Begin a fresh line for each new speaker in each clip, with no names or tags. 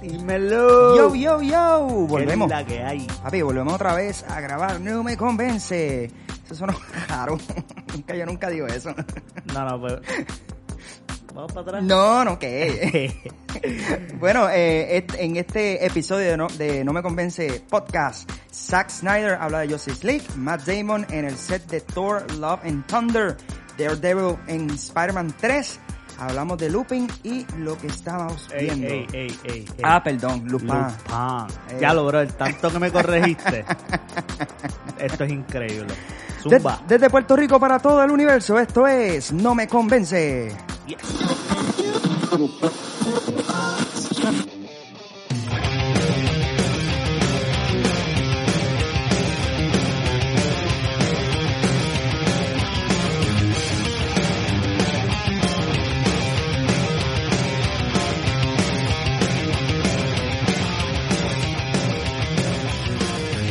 Dímelo.
Yo, yo, yo. Volvemos.
¿Qué es la que hay?
Papi, volvemos otra vez a grabar. No me convence. Eso suena raro. nunca, yo nunca digo eso.
No, no, pero... Vamos para atrás.
No, no, que. bueno, eh, est- en este episodio de no, de no Me Convence Podcast, Zack Snyder habla de Justice League, Matt Damon en el set de Thor, Love and Thunder, Daredevil en Spider-Man 3, hablamos de Looping y lo que estábamos
Ey,
viendo.
ey, ey, ey, ey.
Ah, Eh. perdón, Lupin.
Lupán.
Ey.
Ya lo, bro, el tanto que me corregiste. Esto es increíble.
De-
Zumba.
desde Puerto Rico para todo el universo, esto es No Me Convence.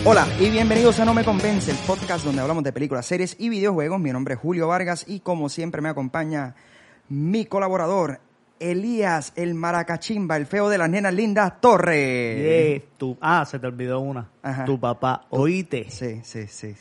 Hola y bienvenidos a No Me Convence, el podcast donde hablamos de películas, series y videojuegos. Mi nombre es Julio Vargas y como siempre me acompaña mi colaborador, Elías, el maracachimba, el feo de las nenas lindas, Torres.
Yeah, tu- ah, se te olvidó una.
Eh. Ajá.
Tu papá, oíste.
Sí, sí, sí,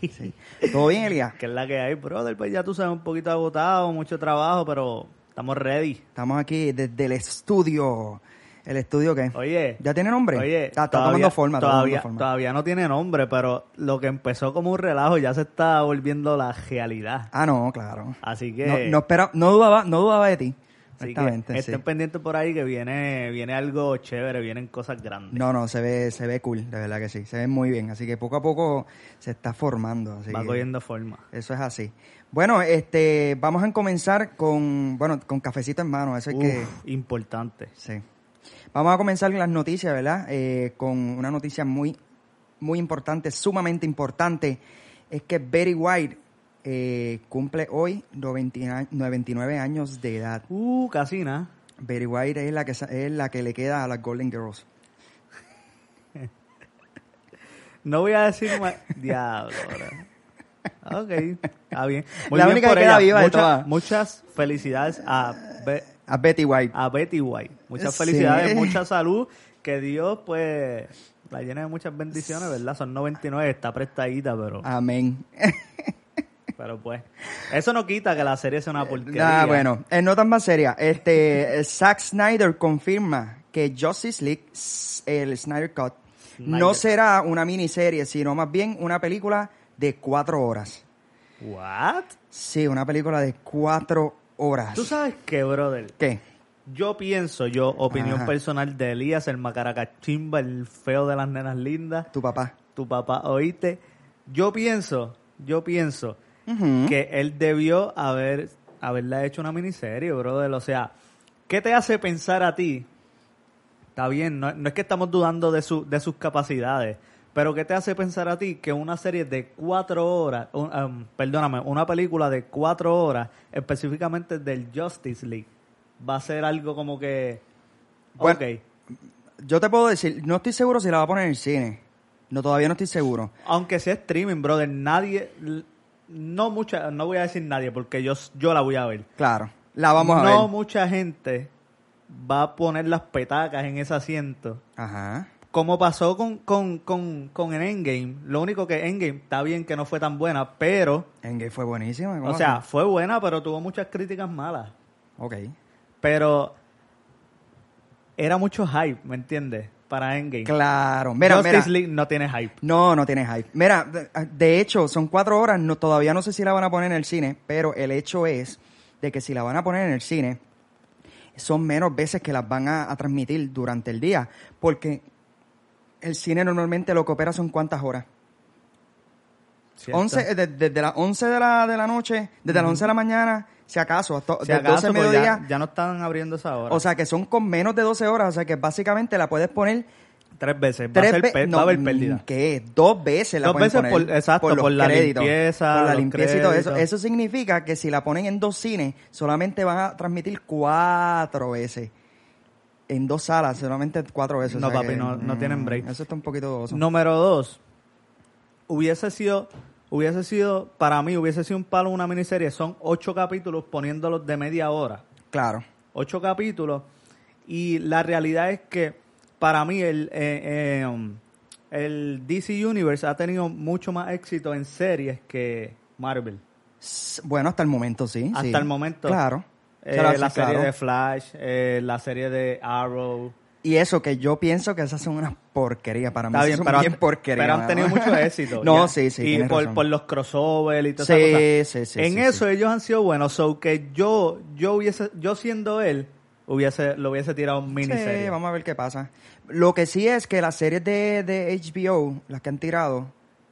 sí, sí. ¿Todo bien, Elías?
Que es la que hay, brother. Pues ya tú sabes, un poquito agotado, mucho trabajo, pero estamos ready.
Estamos aquí desde el estudio. ¿El estudio qué?
Oye.
¿Ya tiene nombre?
Oye,
Está, está
todavía-
tomando forma. está tomando
Todavía,
forma.
todavía no tiene nombre, pero lo que empezó como un relajo ya se está volviendo la realidad.
Ah, no, claro.
Así que,
No, no, espera- no dudaba, no dudaba de ti.
así que este
Exactamente, sí.
estén pendientes por ahí que viene, viene algo chévere, vienen cosas grandes.
No, no, se ve, se ve cool, de verdad que sí. Se ve muy bien. Así que poco a poco se está formando. Así
Va
que
cogiendo forma.
Eso es así. Bueno, este, vamos a comenzar con, bueno, con cafecito en mano. Eso es que.
Uf, importante.
Sí. Vamos a comenzar las noticias, ¿verdad? Eh, con una noticia muy, muy importante, sumamente importante. Es que Betty White eh, cumple hoy 99 99 años de edad.
Uh, casi nada.
Betty White es la que sa- es la que le queda a las Golden Girls.
No voy a decir más. Diablo, bro. Ok, está bien. Muy
La
bien
única
por
que queda
ella.
viva de
Mucha-
todas.
Muchas felicidades a, Be-
A Betty White.
a Betty White. Muchas
Sí.
felicidades, mucha salud. Que Dios, pues, la llene de muchas bendiciones, ¿verdad? Son 99, está prestadita, pero,
Ah. Amén.
pero pues. Eso no quita que la serie sea una porquería.
Ah, bueno, en notas más serias, este, eh, Zack Snyder confirma que Justice League, s- el Snyder Cut, no
Snyder.
será una miniserie, sino más bien una película de cuatro horas.
¿What?
Sí, una película de cuatro horas.
¿Tú sabes qué, brother?
¿Qué?
Yo pienso, yo, opinión
Ajá.
personal de Elías, el macaracachimba, el feo de las nenas lindas,
Tu papá.
tu papá, oíste. Yo pienso, yo pienso
Ujú.
que él debió haber, haberla hecho una miniserie, brother. O sea, ¿qué te hace pensar a ti? Está bien, no, no es que estamos dudando de, su, de sus capacidades, pero ¿qué te hace pensar a ti que una serie de cuatro horas, un- um, perdóname, una película de cuatro horas, específicamente del Justice League, va a ser algo como que...
Bueno,
ok.
Yo te puedo decir, no estoy seguro si la va a poner en el cine. No, todavía no estoy seguro.
Aunque sea streaming, brother, nadie, l- no mucha, no voy a decir nadie porque yo, yo la voy a ver.
Claro, la vamos a
no
ver.
mucha gente va a poner las petacas en ese asiento.
Ajá.
Como pasó con, con, con, con el Endgame. Lo único que Endgame está bien que no fue tan buena, pero,
Endgame fue buenísima. ¿cómo
o sea,
así?
fue buena, pero tuvo muchas críticas malas.
Ok.
Pero era mucho hype, ¿me entiendes? Para Endgame.
Claro. Mira,
Justice
mira.
League no tiene hype.
No, no tiene hype. Mira, de- de hecho, son cuatro horas, no, todavía no sé si la van a poner en el cine, pero el hecho es de que si la van a poner en el cine, son menos veces que las van a, a transmitir durante el día, porque el cine normalmente lo que opera son cuántas horas.
¿cierto?
11, eh, de- desde las 11 de la, de la noche, desde las 11 de la mañana, si acaso, hasta
Si
de 12
acaso,
al
pero ya-
mediodía.
ya, no están abriendo esa hora.
O sea, que son con menos de 12 horas, o sea, que básicamente la puedes poner
Tres veces.
Tres
va a, ser
ve-
pe-
no,
va a haber
mm,
pérdida.
¿Qué? Dos veces la
Dos
pueden
veces
poner.
por- exacto, por la limpieza,
Por la
los
limpieza y todo eso.
créditos.
Eso significa que si la ponen en dos cines, solamente van a transmitir cuatro veces. En dos salas, solamente cuatro veces.
No,
o sea
papi,
que, mm,
no- no tienen break.
Eso está un poquito dudoso.
Número dos, hubiese sido, hubiese sido, para mí, hubiese sido un palo una miniserie. Son ocho capítulos poniéndolos de media hora.
Claro.
Ocho capítulos. Y la realidad es que para mí el, eh, eh, um, el DC Universe ha tenido mucho más éxito en series que Marvel.
S- Bueno, hasta el momento sí.
Hasta
sí.
el momento.
Claro.
Eh,
Claro, sí,
la serie
claro.
de Flash, eh, la serie de Arrow.
Y eso que yo pienso que esas son unas porquerías para mí.
Está
esas
bien,
son
pero,
bien
han-
porquerías,
pero han
mano.
tenido mucho éxito.
no,
ya.
sí, sí.
Y
tienes
por,
razón.
por los crossovers y todas esas cosas.
sí, sí, sí.
en
sí,
eso
sí.
ellos han sido buenos, so que yo, yo hubiese, yo siendo él, hubiese, lo hubiese tirado un
Sí,
miniserie.
vamos a ver qué pasa. Lo que sí es que las series de, de HBO, las que han tirado,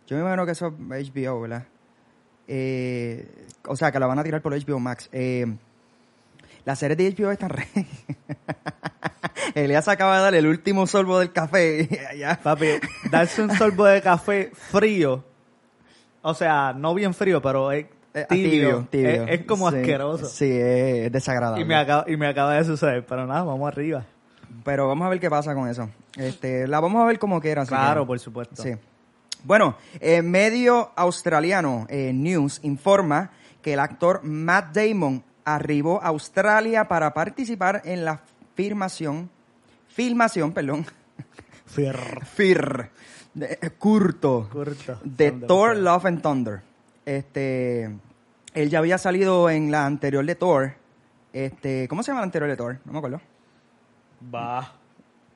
yo me imagino que eso es HBO, ¿verdad? Eh, o sea, que la van a tirar por HBO Max. Eh, las series de HBO están re... Elías acaba de dar el último sorbo del café. y ya.
Papi, darse un sorbo de café frío, o sea, no bien frío, pero es
Eh,
tibio,
tibio, tibio.
Es, es como
Sí,
asqueroso.
Sí, es desagradable.
Y me, acaba, y me acaba de suceder, pero nada, vamos arriba.
Pero vamos a ver qué pasa con eso. Este, la vamos a ver como quiera. así
Claro,
que-
por supuesto.
Sí. Bueno, eh, medio australiano eh, News informa que el actor Matt Damon arribó a Australia para participar en la filmación, filmación, perdón,
Fierr.
fir, de- curto,
Curto.
de
Son
Thor,
demasiado.
Love and Thunder. Este, él ya había salido en la anterior de Thor. Este, ¿cómo se llama la anterior de Thor? No me acuerdo.
Va.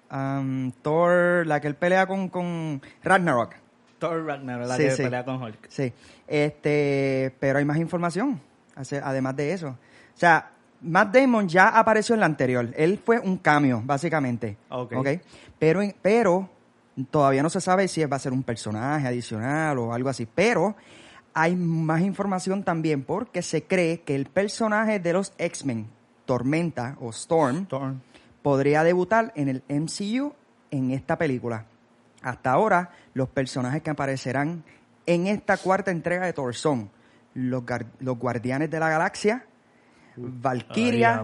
Am, Thor, la que él pelea con, con Ragnarok.
Thor Ragnarok, la
Sí,
que
sí.
pelea con Hulk.
Sí. Este, pero hay más información, hace- además de eso. O sea, Matt Damon ya apareció en la anterior. Él fue un cambio, básicamente.
Ok.
Pero, en- pero todavía no se sabe si va a ser un personaje adicional o algo así. Pero hay más información también porque se cree que el personaje de los X-Men, Tormenta o Storm,
Thor.
podría debutar en el MCU en esta película. Hasta ahora, los personajes que aparecerán en esta cuarta entrega de Thor son los, gar- los Guardianes de la Galaxia, Valkyria,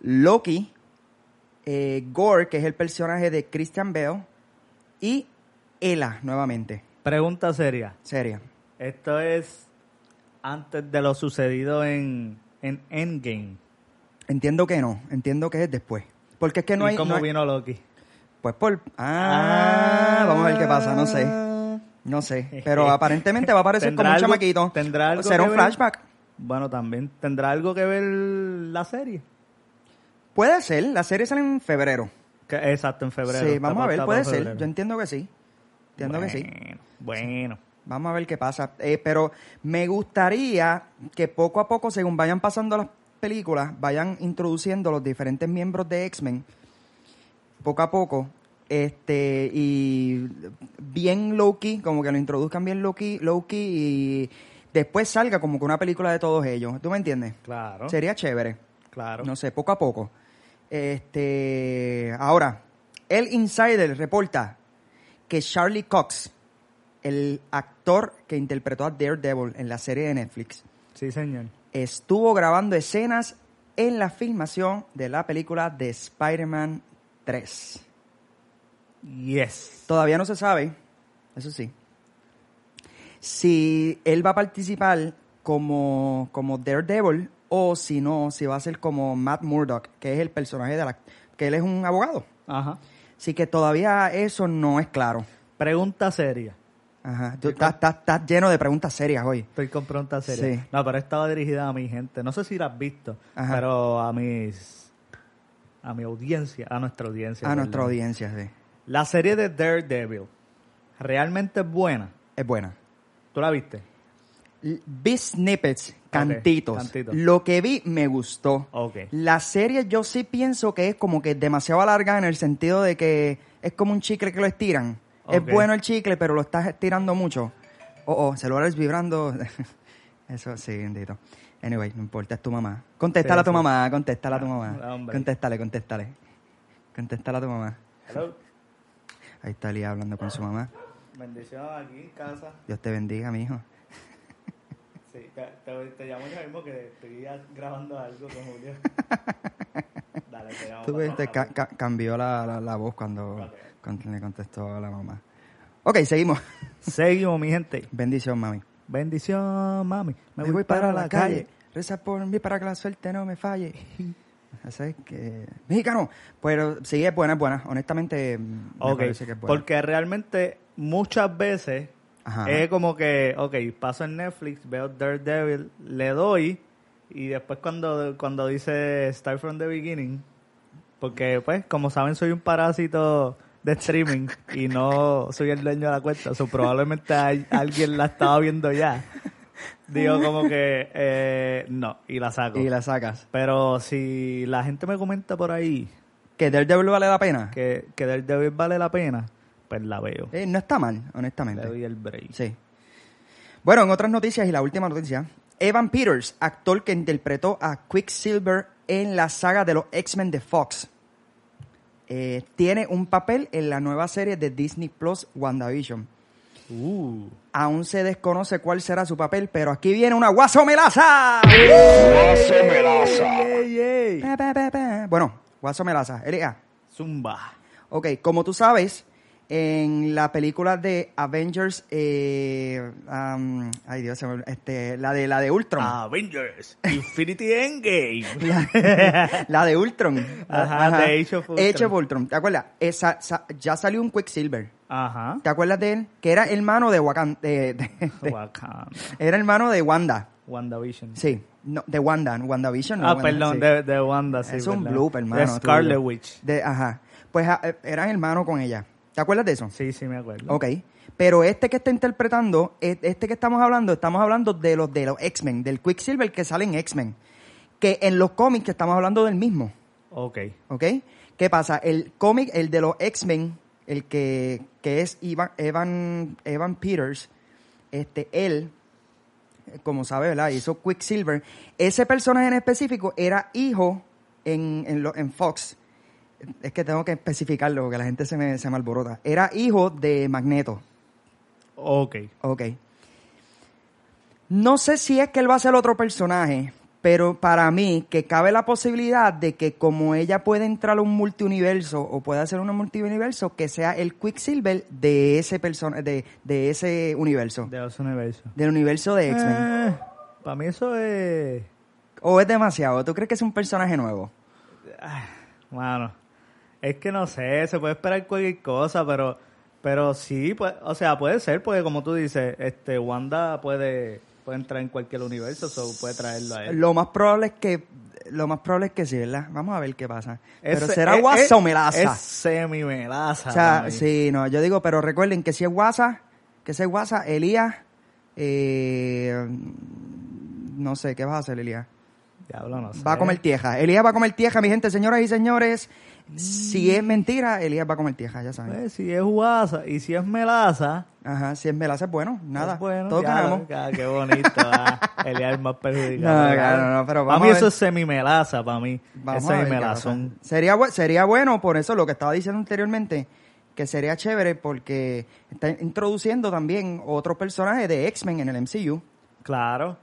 Loki, eh, Gore, que es el personaje de Christian Bale, y Ella, nuevamente.
Pregunta seria.
Seria.
Esto es antes de lo sucedido en, en Endgame.
Entiendo que no, entiendo que es después. Porque es que no
¿Y
hay...
cómo
no hay-
vino Loki?
Pues por... Ah, vamos a ver qué pasa, no sé. No sé, pero aparentemente va a aparecer como
¿Tendrá
un
algo-
chamaquito.
tendrá algo
Será
que
un
ver?
flashback.
Bueno, también tendrá algo que ver la serie.
Puede ser, la serie sale en febrero.
Que- exacto, en febrero.
sí,
Está
vamos a ver,
pautado
puede
para
ser.
febrero.
Yo entiendo que sí. Entiendo que sí.
Bueno, Bueno.
Vamos a ver qué pasa. Eh, pero me gustaría que poco a poco, según vayan pasando las películas, vayan introduciendo los diferentes miembros de X-Men, poco a poco, este, y bien low-key, como que lo introduzcan bien low-key, low-key, y después salga como que una película de todos ellos. ¿Tú me entiendes?
Claro.
Sería chévere.
Claro.
No sé, poco a poco. Este, ahora, el Insider reporta que Charlie Cox, el actor que interpretó a Daredevil en la serie de Netflix,
Sí, señor.
estuvo grabando escenas en la filmación de la película de Spider-Man 3.
Yes.
Todavía no se sabe, eso sí, si él va a participar como, como Daredevil o si no, si va a ser como Matt Murdock, que es el personaje de la... que él es un abogado.
Ajá.
Así que todavía eso no es claro.
Pregunta seria.
Ajá. Tú estás, estás- estás lleno de preguntas serias hoy.
Estoy con pregunta seria.
Sí.
No, pero estaba dirigida a mi gente. No sé si la has visto,
Ajá.
pero a mis. a mi audiencia, a nuestra audiencia.
a
perdón.
nuestra audiencia, sí.
La serie de Daredevil realmente es buena.
Es buena.
¿Tú la viste?
L- Vi snippets, cantitos.
cantitos.
Lo que vi me gustó.
Ok.
La serie yo sí pienso que es como que demasiado larga en el sentido de que es como un chicle que lo estiran.
Ok.
Es bueno el chicle, pero lo estás estirando mucho. Oh, oh, celulares vibrando. Eso sí, bendito. Anyway, no importa, es tu mamá. Contéstala a tu
Sí, sí.
mamá, contéstala a tu
Ah,
mamá.
hombre.
Contéstale, contéstale. Contéstala a tu mamá. Ahí está Lía hablando con su mamá.
Bendición aquí en casa.
Dios te bendiga, mi hijo.
Sí, te, llamo yo mismo que estoy grabando algo con Julio. Dale, te llamo.
Tú ves, te ca- ca- cambió la, la- la voz cuando,
Ok.
cuando le contestó a la mamá. Ok, seguimos.
Seguimos, mi gente.
Bendición, mami.
Bendición, mami.
Me voy para la calle. Reza por mí para que la suerte no me falle. Esa es que... Mexicano. Pero sí, es buena, es buena. Honestamente, me
Ok,
parece que es buena.
porque realmente muchas veces
Ajá.
es como que, ok, paso en Netflix, veo Daredevil, le doy y después cuando, cuando dice Start from the Beginning, porque pues como saben soy un parásito de streaming y no soy el dueño de la cuenta, so, probablemente hay- alguien la estaba viendo ya. Digo como que eh, no, y la saco.
Y la sacas.
Pero si la gente me comenta por ahí
¿Que Daredevil vale la pena?
que, que Daredevil vale la pena, pues la veo.
Eh, no está mal,
Le
honestamente.
doy el break.
Sí. Bueno, en otras noticias y la última noticia, Evan Peters, actor que interpretó a Quicksilver en la saga de los X-Men de Fox, eh, tiene un papel en la nueva serie de Disney Plus WandaVision.
Uh.
Aún se desconoce cuál será su papel, pero aquí viene una guasomelaza.
¡Ey, ey!
Pa, pa, pa, pa. Bueno, guasomelaza, L.A.
Zumba.
Ok, como tú sabes, en la película de Avengers, eh, um, ay Dios, se me olvidó, este, la de la de Ultron,
Ah. Avengers. Infinity Endgame.
la, la de Ultron,
Ajá, de Age of Ultron.
Age of Ultron. ¿te acuerdas? Esa- sa- ya salió un Quicksilver,
Ajá.
¿te acuerdas de él? Que era hermano de Wakanda, de- de- de-
Wakanda.
era hermano de Wanda,
WandaVision.
sí, no, de Wanda, WandaVision, no
ah,
Wanda,
perdón,
sí.
de, de Wanda, sí.
es un
¿verdad?
bloop, hermano.
De Scarlet
tuyo.
Witch.
De, ajá, pues ah, eh, eran hermanos con ella, ¿te acuerdas de eso?
Sí, sí, me acuerdo.
Ok. Pero este que está interpretando, e- este que estamos hablando, estamos hablando de los de los X-Men, del Quicksilver que sale en X-Men. Que en los cómics que estamos hablando del mismo.
Ok.
¿Ok? ¿Qué pasa? El cómic, el de los X-Men, el que, que es Ivan- Evan, Evan Peters, este, él, eh, como sabe, ¿verdad? Hizo Quicksilver. Ese personaje en específico era hijo en, en, lo- en Fox. Es que tengo que especificarlo porque la gente se me, se me alborota. Era hijo de Magneto.
Ok.
Ok. No sé si es que él va a ser otro personaje, pero para mí que cabe la posibilidad de que como ella puede entrar a un multiuniverso o puede hacer un multiuniverso, que sea el Quicksilver de ese persona de, de ese universo,
De los universos.
del universo de
Eh.
X-Men.
para mí eso es...
¿O es demasiado? ¿Tú crees que es un personaje nuevo?
Mano, es que no sé, se puede esperar cualquier cosa, pero, pero sí, pues, o sea, puede ser, porque como tú dices, este Wanda puede, puede entrar en cualquier universo, o puede traerlo a él.
Lo más probable es que lo más probable es que sí, ¿verdad? Vamos a ver qué pasa.
Es-
Pero será
es-
guasa o
es-
melaza.
Es semi-melaza.
O sea,
mami.
sí, no, yo digo, pero recuerden que si es WhatsApp, que si es WhatsApp, Elías, eh, no sé, ¿qué vas a hacer, Elías?
Diablo, no sé.
Va a comer tieja. Elías va a comer tieja, mi gente, señoras y señores. Si es mentira, Elías va a comer tieja, ya saben.
Mm. Pues, si es guasa y si es melaza,
Ajá, si es melaza, es bueno, nada.
pues, bueno,
todos
ya,
ganamos.
ya, qué bonito, ah. Elías es más perjudicado.
No, claro, no, pero
Para
vamos
mí
a
eso
ver.
es semi-melaza, para mí.
Vamos
es
a ver qué
semi-melazón.
pasa. Sería, bu- sería bueno, por eso lo que estaba diciendo anteriormente, que sería chévere porque está introduciendo también otro personaje de X-Men en el MCU.
Claro.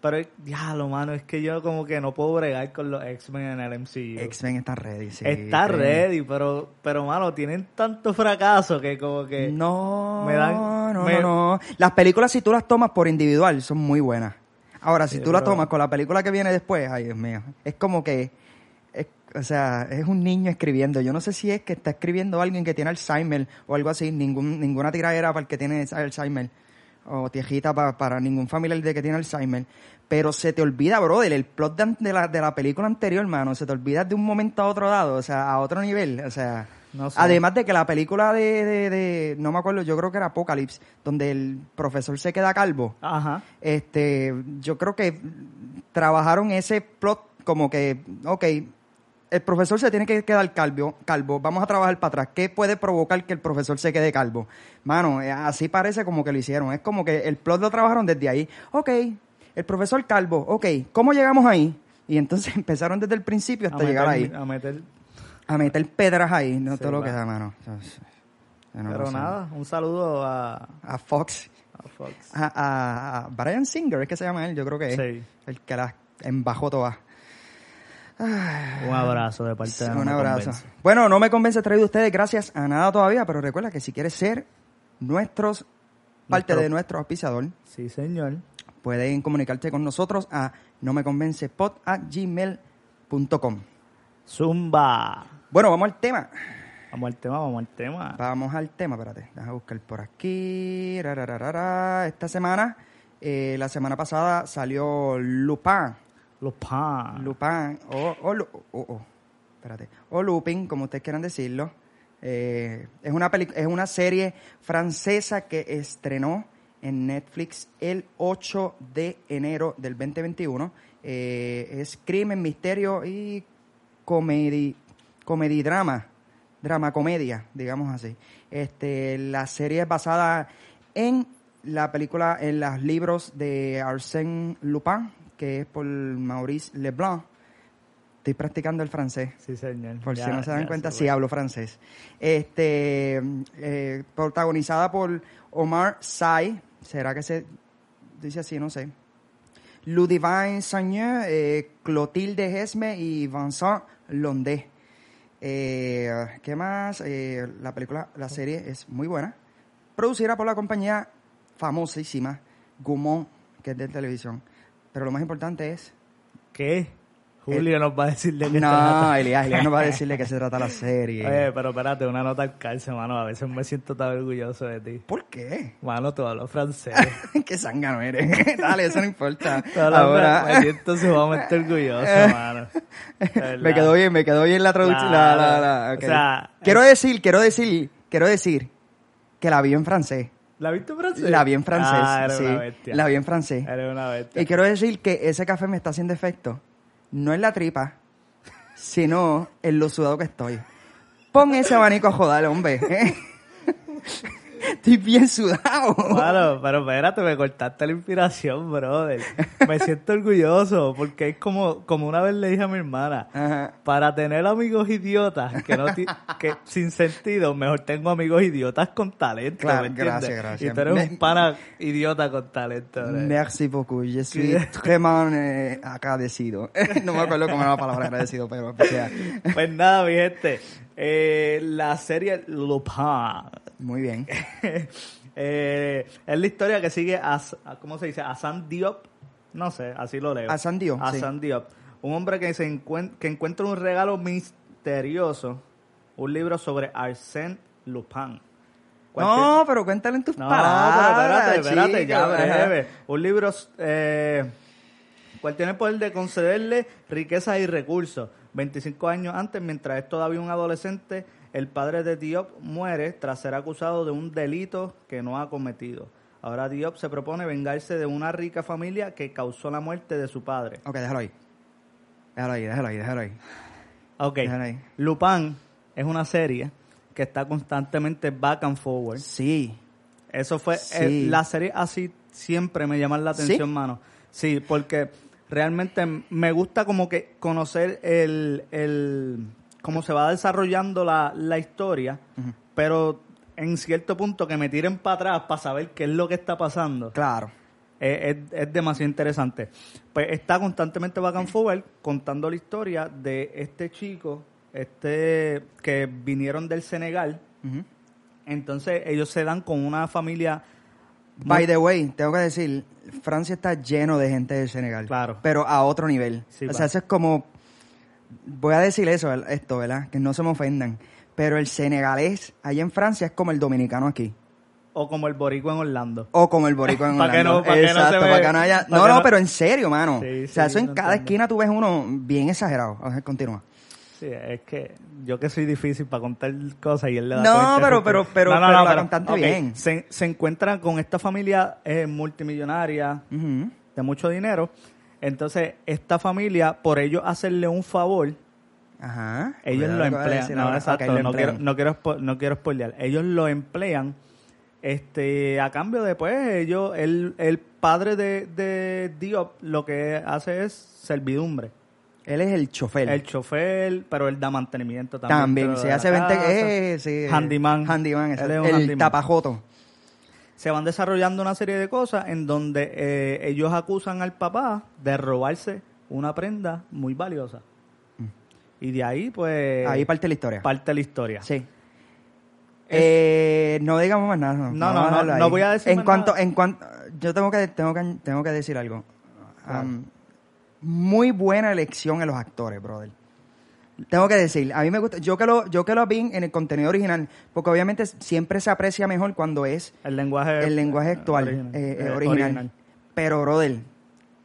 Pero, diablo, mano, es que yo como que no puedo bregar con los X-Men en el MCU.
X-Men está ready, sí.
Está
sí.
ready, pero, pero, mano, tienen tanto fracaso que como que...
No,
Me dan-
no,
me-
no, no. Las películas, si tú las tomas por individual, son muy buenas. Ahora, si
Sí,
tú las
pero-
tomas con la película que viene después, ay Dios mío, es como que, es- o sea, es un niño escribiendo. Yo no sé si es que está escribiendo alguien que tiene Alzheimer o algo así, ningún, ninguna tiradera para el que tiene Alzheimer o tiejita pa- para ningún familiar de que tiene Alzheimer. Pero se te olvida, brother, el plot de, an- de la, de la película anterior, mano, se te olvida de un momento a otro dado, o sea, a otro nivel, o sea...
No sé.
Además de que la película de, de- de- no me acuerdo, yo creo que era Apocalypse, donde el profesor se queda calvo,
Ajá.
este, yo creo que trabajaron ese plot como que, ok, el profesor se tiene que quedar calvo, calvo, vamos a trabajar para atrás. ¿Qué puede provocar que el profesor se quede calvo? Mano, eh, así parece como que lo hicieron. Es como que el plot lo trabajaron desde ahí. Ok, el profesor calvo, ok, ¿cómo llegamos ahí? Y entonces empezaron desde el principio hasta
A
llegar
meter-
ahí
A meter...
a meter pedras ahí, no
Sí,
todo lo que
claro.
da, mano. Yo- yo no
pero
lo sé.
nada, un saludo a,
A Fox,
a Fox.
a, a- a Brian Singer, es que se llama él, yo creo que es.
Sí.
El que las embajó todas.
Un abrazo de parte de No
Un
Me
abrazo.
Convence.
Bueno, no me convence traído de ustedes, gracias a nada todavía, pero recuerda que si quieres ser nuestros, parte
Nuestro-
de nuestro auspiciador,
Sí, señor.
pueden comunicarte con nosotros a no me convence
Zumba.
Bueno, vamos al tema.
Vamos al tema, vamos al tema.
Vamos al tema, espérate. Déjame buscar por aquí. Ra, ra, ra, Esta semana, eh, la semana pasada salió Lupin.
Lupin.
Lupin, o, o, Lu- o- o, espérate, o Lupin, como ustedes quieran decirlo. Eh, es, una peli- es una serie francesa que estrenó en Netflix el 8 de enero del 2021. Eh, es crimen, misterio y comedi, comedidrama, drama comedia, digamos así. Este, la serie es basada en la película, en los libros de Arsène Lupin, que es por Maurice Leblanc. Estoy practicando el francés.
Sí, señor.
Por si
Ya-
no se dan
ya
cuenta,
se
sí
fue.
hablo francés. Este, eh, protagonizada por Omar Sy, ¿será que se dice así? No sé. Ludivine Sagneux, eh, Clotilde Hesme y Vincent Londé. Eh, ¿Qué más? Eh, la película, la serie es muy buena. Producida por la compañía famosísima Gaumont, que es de televisión. Pero lo más importante es
¿Qué? Julio nos va a decir de qué
Eh, no,
trata.
Elías, Elías no va a decirle que se trata la serie.
Oye, pero espérate, una nota al calce, mano. A veces me siento tan orgulloso de ti.
¿Por qué?
Mano, todos los franceses.
qué zángano eres. Dale, eso no importa.
Todos los fran- Me
Ahora, Eh.
siento sumamente orgulloso, mano. De verdad.
me quedó bien, me quedó bien la traducción.
Claro.
la- la- la- ok.
O sea,
quiero decir, quiero decir, quiero decir que la vi en francés.
¿La viste en francés?
La vi en francés,
Ah, eres
sí.
una bestia.
La vi en francés.
Eres una bestia.
Y quiero decir que ese café me está haciendo efecto. No en la tripa, sino en lo sudado que estoy. Pon ese abanico a joder, hombre. Estoy bien sudado.
Claro, pero espérate, me cortaste la inspiración, brother. Me siento orgulloso porque es como, como una vez le dije a mi hermana,
Ajá.
para tener amigos idiotas que no ti- que sin sentido, mejor tengo amigos idiotas con talento.
Claro,
¿me entiendes?
gracias, gracias.
Y tú eres
Me-
un pana idiota con talento. brother.
Merci beaucoup. Je suis très mal eh, agradecido. No me acuerdo cómo era la palabra agradecido, pero o sea,
Pues nada, mi gente. eh, la serie Lupin
muy bien.
Eh, es la historia que sigue a, a- ¿cómo se dice? A Sam Diop. No sé, así lo leo.
A Sam Diop,
A
sí.
Sam Diop. Un hombre que, se encuent- que encuentra un regalo misterioso. Un libro sobre Arsène Lupin. Cualquier-
No, pero cuéntale en tus
no,
palabras.
pero espérate, espérate,
Ah, chico.
ya
Ajá.
breve. Un libro eh, cual tiene el poder de concederle riquezas y recursos. 25 años antes, mientras es todavía un adolescente, el padre de Diop muere tras ser acusado de un delito que no ha cometido. Ahora Diop se propone vengarse de una rica familia que causó la muerte de su padre.
Ok, déjalo ahí. Déjalo ahí, déjalo ahí, déjalo ahí.
Ok,
Déjala ahí.
Lupin es una serie que está constantemente back and forward.
Sí.
Eso fue. eh,
Sí.
la serie así siempre me llaman la atención,
¿Sí?
mano. Sí, porque realmente me gusta como que conocer el. el cómo se va desarrollando la, la historia, pero en cierto punto que me tiren para atrás para saber qué es lo que está pasando.
Claro.
Eh, Es, es demasiado interesante. Pues está constantemente back and forward contando la historia de este chico, este que vinieron del Senegal.
Ujú.
Entonces ellos se dan con una familia
By the way, tengo que decir, Francia está lleno de gente del Senegal.
Claro.
Pero a otro nivel.
Sí,
o
va.
sea, eso es como. Voy a decir eso, ¿verdad? esto, ¿verdad? Que no se me ofendan. Pero el senegalés allá en Francia es como el dominicano aquí.
o como el boricua en Orlando.
O como el boricua en
Pa' que
Orlando.
no- pa' que no se
Exacto,
ve-
pa' que no haya-
pa'
No,
que
no,
no-
pero en serio, mano.
Sí,
o sea,
sí,
eso en
lo
cada
entiendo.
esquina tú ves uno bien exagerado. A ver, continúa.
Sí, es que yo que soy difícil para contar cosas y él le da
No,
todo el
pero-
tiempo.
pero- pero- pero la contaste
ok,
bien.
Se, se encuentran con esta familia eh, multimillonaria
Ujú.
de mucho dinero. Entonces, esta familia, por ellos hacerle un favor,
Ajá.
ellos
Cuidado
lo
que voy a
emplean.
decir
No,
ahora.
exacto,
Ok, lo
no,
emplean.
quiero, no, quiero spo- no quiero spoilear. Ellos lo emplean este a cambio de, pues, ellos, el, el padre de, de Diop lo que hace es servidumbre.
Él es el chofer.
El chofer, pero él da mantenimiento también.
También,
pero
se
de
hace
la
20...
casa.
eh, sí, eh,
Handyman.
Handyman,
Él
exacto.
es un
El
handyman.
tapajoto.
Se van desarrollando una serie de cosas en donde eh, ellos acusan al papá de robarse una prenda muy valiosa. Y de ahí, pues,
Mm. Ahí parte la historia.
parte la historia.
Sí. Eh, no digamos más nada.
No,
vamos
no,
a dejarlo
no, no
ahí.
voy a decir
en
más
cuanto,
nada.
En cuanto, yo tengo que, tengo que, tengo que decir algo. Um, muy buena elección en los actores, brother. Tengo que decir, a mí me gusta, yo que lo, yo que lo vi en el contenido original, porque obviamente siempre se aprecia mejor cuando es
El lenguaje.
el lenguaje actual,
original.
eh, eh,
Eh,
original.
original.
Pero, brother,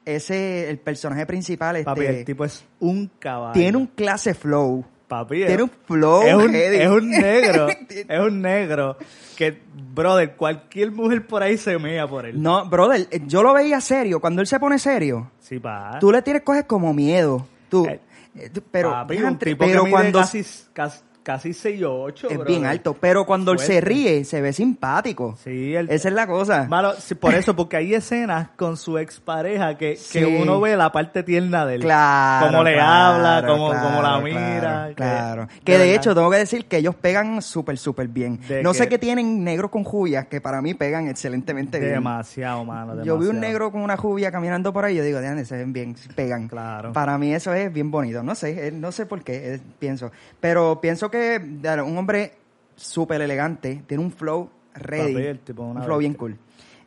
ese, el personaje principal, este,
Papi, el tipo es un caballo.
tiene un clase flow.
Papi,
tiene
es-
un flow
Es un,
heavy.
es un negro. es un negro. Que, brother, cualquier mujer por ahí se mea por él.
No, brother, eh, yo lo veía serio. Cuando él se pone serio,
Sí, pa.
tú le tienes coges como miedo. Tú,
Ah. Eh,
eh, tú- pero,
Papi,
dejan
un
tre-
tipo
pero
que mide
cuando
casi, casi, casi 6 o 8.
es bien alto, pero cuando él se
Fuerte.
ríe, se ve simpático.
Sí, el-
Esa es la cosa.
Malo, sí, por eso, porque hay escenas con su expareja que,
Sí.
que uno ve la parte tierna de él.
Claro.
Cómo le
claro,
habla, cómo,
claro,
cómo la
claro,
mira. que-
Claro. Que de,
verdad.
hecho, tengo que decir que ellos pegan súper, súper bien.
De
No sé
que-
qué tienen negros con jubias, que para mí pegan excelentemente bien.
Demasiado, mano.
Yo vi un
demasiado.
negro con una jubia caminando por ahí, yo digo, "Diantre, se ven bien, pegan.
Claro.
Para mí eso es bien bonito. No sé, eh, no sé por qué eh, pienso. Pero pienso que dale, un hombre súper elegante, tiene un flow ready.
Papi, el tipo es
un
una
flow bien cool.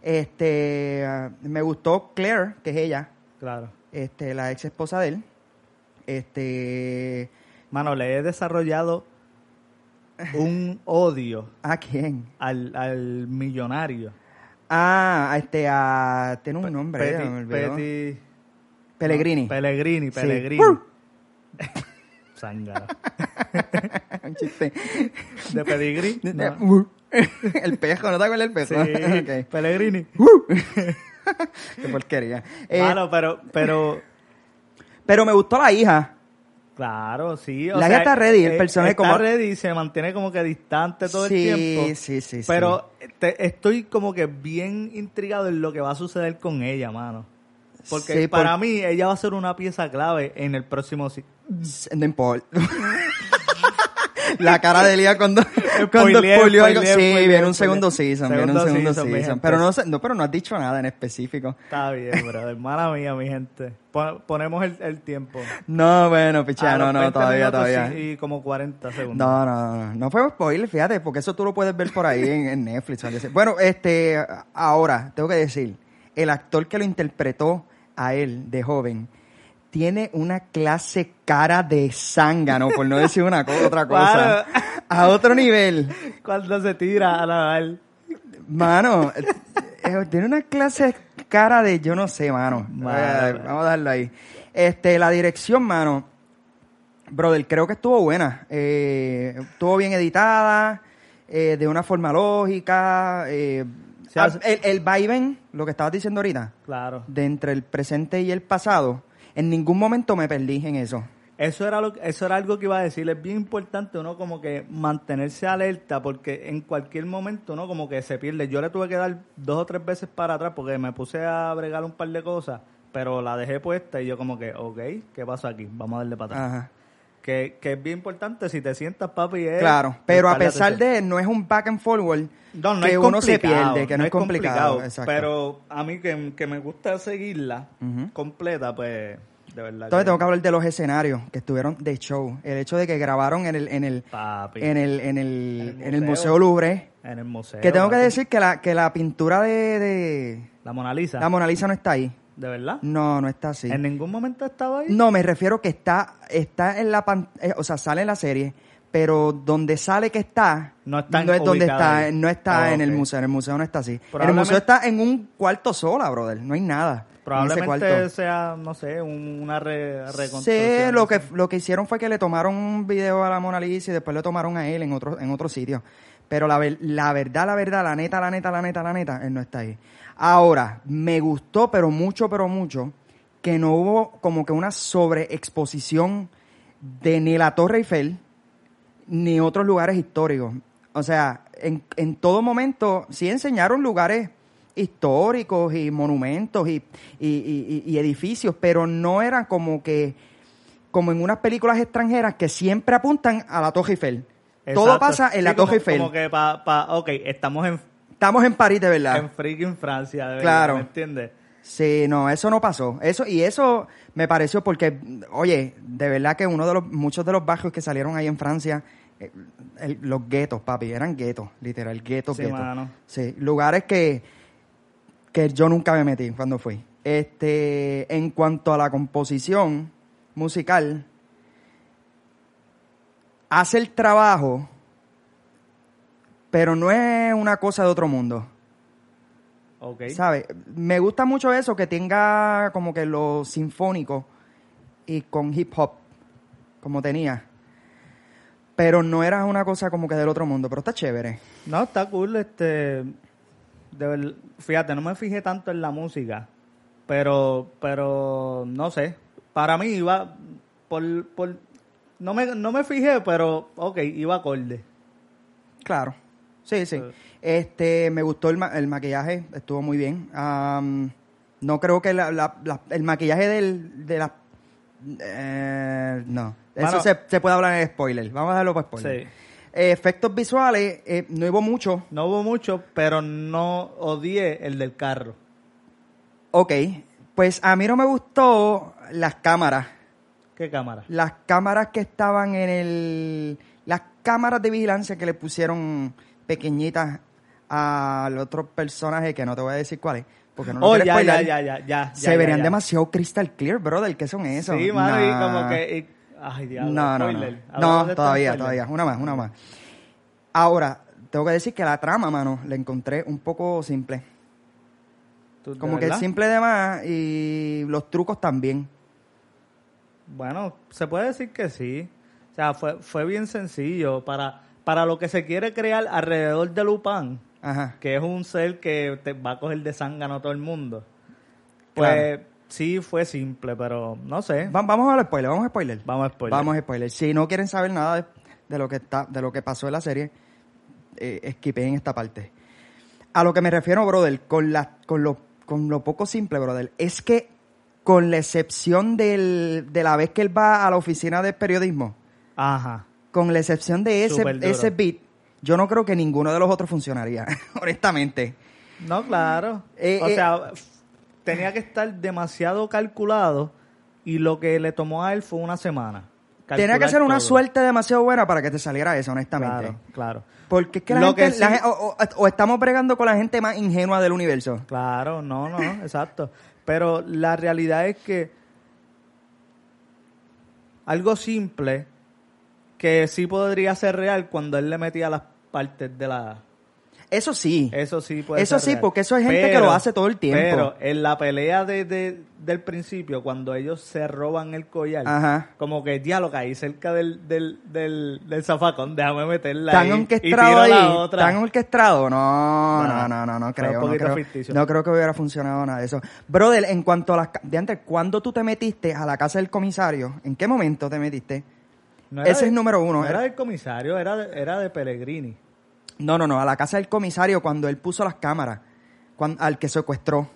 Este, ah, me gustó Claire, que es ella,
Claro.
este, la ex esposa de él. Este,
Mano, le he desarrollado un odio
¿a quién?
al, al millonario.
Ah, a este, a, tiene un nombre,
Petit-
ya me olvidó.
Petit-
Pellegrini.
Pellegrini,
Sí.
Pellegrini.
¡Uh!
Zángano.
un chiste.
De Pedigrí. no.
el pejo, ¿no te acuerdas del
Sí,
pejo? Ok.
Pellegrini.
Qué porquería. Eh,
Mano, pero, pero,
Pero me gustó la hija.
claro, sí. O
La
sea,
hija está ready, el
eh,
personaje
está
como-
ready y se mantiene como que distante todo
Sí,
el tiempo.
sí, sí, sí.
Pero te- estoy como que bien intrigado en lo que va a suceder con ella, mano. Porque
Sí,
para
por-
mí ella va a ser una pieza clave en el próximo... si-
No importa. la cara de Lía cuando, cuando
Spoileé,
spoileó algo.
spoileé,
Sí,
spoileé,
viene
spoileé.
un segundo season, viene un
Segundo
segundo
season,
season.
mi gente. Ah,
Pero, no, sé- no, pero no has dicho nada en específico.
Está bien, brother. Hermana mía, mi gente. Pon- ponemos el, el tiempo.
No, bueno, pichá,
A
no,
los
no,
20
todavía,
minutos
todavía.
pues sí, Y como 40 segundos.
No, no, no, no fue spoiler, fíjate, porque eso tú lo puedes ver por ahí en, en Netflix. o algo así. Bueno, este, ahora, tengo que decir, el actor que lo interpretó a él de joven tiene una clase cara de zángano, por no decir una co- otra cosa.
Claro.
A otro nivel.
Cuando se tira a nadar.
Mano, eh, eh, tiene una clase cara de yo no sé, mano.
Mano.
Eh, vamos a darlo ahí. Este, la dirección, mano. Brother, creo que estuvo buena. Eh, estuvo bien editada, eh, de una forma lógica. eh,
Se hace-
el, el vaivén, lo que estabas diciendo ahorita,
Claro.
de entre el presente y el pasado, en ningún momento me perdí en eso.
Eso era, lo, eso era algo que iba a decir. Es bien importante uno como que mantenerse alerta porque en cualquier momento uno como que se pierde. Yo le tuve que dar dos o tres veces para atrás porque me puse a bregar un par de cosas, pero la dejé puesta y yo como que, ok, ¿qué pasó aquí? Vamos a darle para atrás.
Ajá.
Que, que es bien importante si te sientas, papi. es
Claro, pero a
prestarle
pesar
atención.
de no es un back and forward
No, no
que
es
uno se
complicado,
pierde, que no, es complicado. exacto.
Pero a mí que, que me gusta seguirla
Ujú.
completa, pues, de verdad.
Entonces
que-
tengo que hablar de los escenarios que estuvieron de show. El hecho de que grabaron en el en el
Papi.
en el en el,
En el
en el
museo.
Museo Louvre.
en el museo.
Que tengo que
papi.
decir que la que la pintura de, de
La Mona Lisa.
la Mona Lisa no está ahí.
¿De verdad?
No, no está así.
¿En ningún momento estaba ahí?
No, me refiero que está está en la pan- eh, o sea, sale en la serie, pero donde sale que está
No está
es donde
ubicada
está,
ahí.
no está
Ah,
en el
ok.
museo, en el museo no está así. En el
Probablemente-
museo está en un cuarto sola, brother, no hay nada. en ese
Probablemente
cuarto.
sea, no sé, un- una re, reconstrucción.
Sí, lo que, lo que hicieron fue que le tomaron un video a la Mona Lisa y después lo tomaron a él en otro, en otro sitio. Pero la, ver- la verdad, la verdad, la neta, la neta, la neta, la neta, él no está ahí. Ahora, me gustó, pero mucho, pero mucho, que no hubo como que una sobreexposición de ni la Torre Eiffel ni otros lugares históricos. O sea, en, en todo momento sí enseñaron lugares históricos y monumentos y, y- y- y- y edificios, pero no eran como que, como en unas películas extranjeras que siempre apuntan a la Torre Eiffel. Todo
Exacto.
pasa en la
Sí, como-
Torre Eiffel.
Como que pa, pa, ok, estamos en,
Estamos en París de verdad.
en freaking Francia, de verdad,
Claro.
¿me entiendes?
Sí, no, eso no pasó. Eso y eso me pareció porque oye, de verdad que uno de los muchos de los barrios que salieron ahí en Francia eh, el- los guetos, papi, eran guetos, literal guetos,
Sí,
guetos.
mano.
Sí, lugares que que yo nunca me metí cuando fui. Este, en cuanto a la composición musical hace el trabajo, pero no es una cosa de otro mundo.
Ok.
¿Sabes? Me gusta mucho eso, que tenga como que lo sinfónico y con hip hop, como tenía. Pero no era una cosa como que del otro mundo, pero está chévere.
No, está cool, este... de ver- fíjate, no me fijé tanto en la música, pero, pero, no sé. Para mí iba por... por no, me, no me fijé, pero, ok, iba acorde.
Claro. Sí, sí.
Eh.
Este, me gustó el, ma- el maquillaje, estuvo muy bien. Am, no creo que la- la- la- el maquillaje del, de las... eh, no.
Mano.
Eso se, se puede hablar en spoiler. Vamos a dejarlo para spoiler.
Sí.
Eh, efectos visuales, eh, no hubo mucho.
No hubo mucho, pero no odié el del carro.
Ok, pues a mí no me gustó las cámaras.
¿Qué cámara?
Las cámaras que estaban en el... Las cámaras de vigilancia que le pusieron pequeñitas al otro personaje, que no te voy a decir cuál es, porque no lo
oh,
quiero
ya, ya,
spoilear.
ya, ya, ya.
se
ya,
verían
ya.
demasiado crystal clear, brother. ¿Qué son esos?
Sí, mano, y
Nah.
como que... y- ay, diablo,
no, no, no.
spoiler. Hablamos de
No,
este
todavía,
spoiler.
todavía. Una más, una más. Ahora, tengo que decir que la trama, mano, la encontré un poco simple.
¿Tú- de
Como que
verdad?
simple de más y los trucos también.
Bueno, se puede decir que sí. O sea, fue, fue bien sencillo. Para, para lo que se quiere crear alrededor de Lupin,
Ajá.
que es un ser que te va a coger de zángano a todo el mundo, pues
Claro.
sí fue simple, pero no sé.
Va- vamos al spoiler, vamos a spoiler.
Vamos a spoiler.
Vamos a spoiler. Si no quieren saber nada de, de lo que está, de lo que pasó en la serie, eh, en esta parte. A lo que me refiero, brother, con la, con lo, con lo poco simple, brother, es que con la excepción del, de la vez que él va a la oficina de periodismo,
Ajá.
con la excepción de ese,
Superduro.
ese beat, yo no creo que ninguno de los otros funcionaría, honestamente.
No, claro.
Eh,
o
eh.
sea, f- tenía que estar demasiado calculado y lo que le tomó a él fue una semana.
Tenía que
Calcular
ser una
todo.
suerte demasiado buena para que te saliera eso, honestamente.
Claro, claro.
Porque es que la
Lo
gente,
que
la
sí-
gen- o, o- o estamos bregando con la gente más ingenua del universo.
Claro, no, no, exacto. Pero la realidad es que algo simple que sí podría ser real cuando él le metía las partes de la...
Eso sí.
Eso sí puede
Eso
ser
sí,
real.
porque eso hay gente que lo hace todo el tiempo.
Pero en la pelea de, de- del principio, cuando ellos se roban el collar,
Ajá.
como que diálogo ahí cerca del, del, del, del zafacón, déjame meterla
Tan
ahí
orquestado
y tiro la
ahí,
otra.
tan orquestado, no,
No,
no, no, no, no
fue un
creo, no
poquito
creo,
ficticio.
no creo que hubiera funcionado nada de eso. Brother, en cuanto a las, ca- de antes, ¿cuándo tú te metiste a la casa del comisario? ¿En qué momento te metiste?
No era
Ese es número uno,
no
eh. era-
era del comisario, era de, era de Pellegrini.
No, no, no, a la casa del comisario cuando él puso las cámaras, cuan- al que secuestró.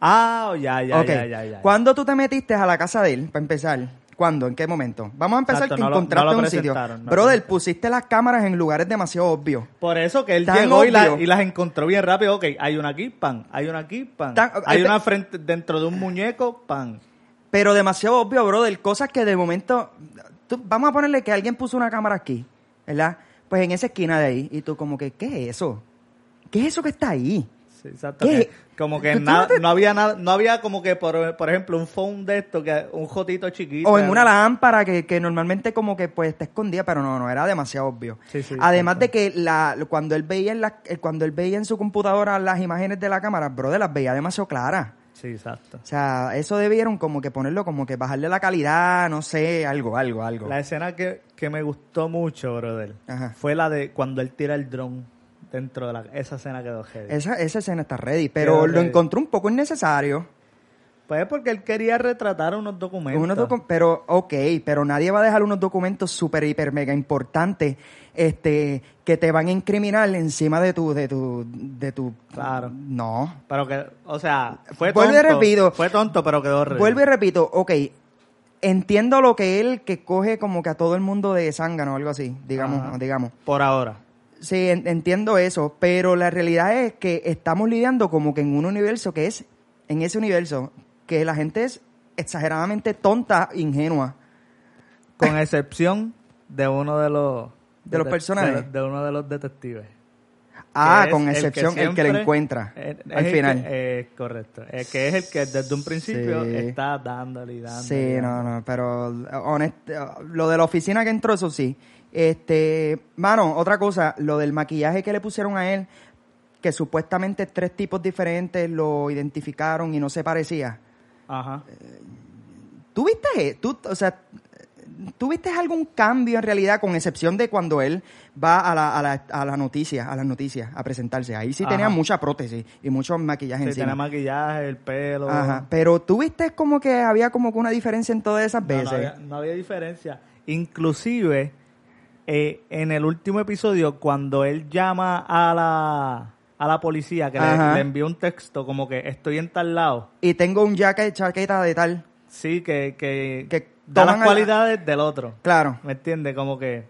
Ah, ya, ya,
Ok.
ya, ya, ya.
¿Cuándo tú te metiste a la casa de él, para empezar? ¿Cuándo? ¿En qué momento? Vamos a empezar
Exacto,
que
no lo-
encontraste
no lo
un sitio.
presentaron, no lo
Brother,
presentaron.
pusiste las cámaras en lugares demasiado obvios.
Por eso que él
Tan
llegó y, la-
obvio.
y las encontró bien rápido. Ok, hay una aquí, pan. Hay una aquí, pan.
Tan-
hay
este-
una frente, dentro de un muñeco, pan.
Pero demasiado obvio, brother. Cosas que de momento. tú- vamos a ponerle que alguien puso una cámara aquí, ¿verdad? Pues en esa esquina de ahí. Y tú, como que, ¿qué es eso? ¿Qué es eso que está ahí?
Sí, exacto.
¿Qué?
que- como que
¿Tú- tú
nada-
no te-
no había nada, no había como que, por, por ejemplo, un phone de esto, que un jotito chiquito.
O en una lámpara que, que normalmente como que pues está escondida, pero no, no, era demasiado obvio.
Sí, sí,
Además
exacto.
de que la, cuando él veía en la- eh, cuando él veía en su computadora las imágenes de la cámara, brother, las veía demasiado claras.
Sí, exacto.
O sea, eso debieron como que ponerlo como que bajarle la calidad, no sé, algo, algo, algo.
La escena que, que me gustó mucho, brother,
Ajá.
fue la de cuando él tira el dron dentro de la... Esa escena quedó heavy.
Esa, esa escena está ready,
Quedó
pero lo
ready.
encontré un poco innecesario.
Pues porque él quería retratar unos documentos.
Unos docu- pero, ok, pero nadie va a dejar unos documentos súper, hiper, mega importantes este, que te van a incriminar encima de tu... De tu, de tu
Claro.
No.
Pero que, o sea, fue
Vuelvo y
tonto.
repito.
Fue tonto, pero quedó horrible.
Vuelvo y repito, ok, entiendo lo que él que coge como que a todo el mundo de zángano o algo así, digamos,
Ajá.
digamos.
Por ahora.
Sí, en- entiendo eso, pero la realidad es que estamos lidiando como que en un universo que es, en ese universo, que la gente es exageradamente tonta, ingenua.
Con excepción de uno de los...
De los personajes.
De, de uno de los detectives.
Ah,
es
con
el que
excepción, el que lo
siempre-
encuentra,
eh,
al
es el
final.
que- eh, correcto. El que es el que desde un principio
Sí.
está dándole y dándole. y
Sí,
dándole.
no, no, pero uh, honest- lo de la oficina que entró, eso sí. Este, mano, otra cosa, lo del maquillaje que le pusieron a él, que supuestamente tres tipos diferentes lo identificaron y no se parecía.
Ajá.
¿Tú viste, e, tú, o sea, ¿tú viste algún cambio en realidad, con excepción de cuando él va a la, a la, a la noticia, a las noticias, a presentarse? Ahí sí
Ajá.
tenía mucha prótesis y mucho maquillaje
Sí,
encima.
tiene maquillaje, el pelo.
Ajá, pero tú viste como que había como que una diferencia en todas esas
No, no
veces.
había, no había diferencia. Inclusive, eh, en el último episodio, cuando él llama a la, a la policía, que
Ajá.
le, le envió un texto como que estoy en tal lado,
y tengo un jacket, chaqueta de tal.
sí, que, que,
Que
da las
toman a la-
cualidades del otro.
Claro.
¿Me entiendes? Como que,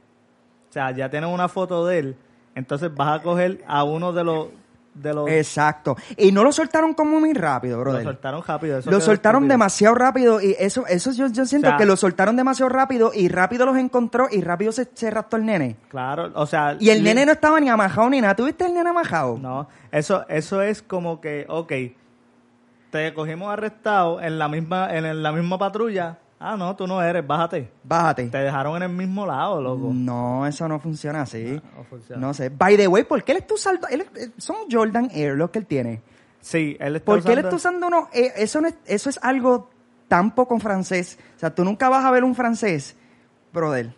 o sea, ya tienes una foto de él, entonces vas a coger a uno de los... De los
Exacto. Y no lo soltaron como muy rápido,
lo
brother. Lo,
soltaron rápido. eso quedó
soltaron
estúpido.
demasiado rápido y eso, eso yo, yo siento
O sea-
que lo soltaron demasiado rápido y rápido los encontró y rápido se, se raptó el nene.
Claro, o sea...
Y el
li-
nene no estaba ni amajado ni nada. ¿Tuviste el nene amajado?
No, eso, eso es como que, ok, te cogimos arrestado en la misma, en, en la misma patrulla. Ah, no, tú no eres, bájate.
Bájate.
Te dejaron en el mismo lado, loco.
No, eso no funciona así.
No, no funciona.
Mm, No sé. By the way, ¿por qué él está usando? él es- eh, son Jordan Air los que él tiene.
Sí, él está
¿Por qué él
usando-
está usando uno? eh, eso, no es, eso es algo tan poco francés. O sea, tú nunca vas a ver un francés, brother.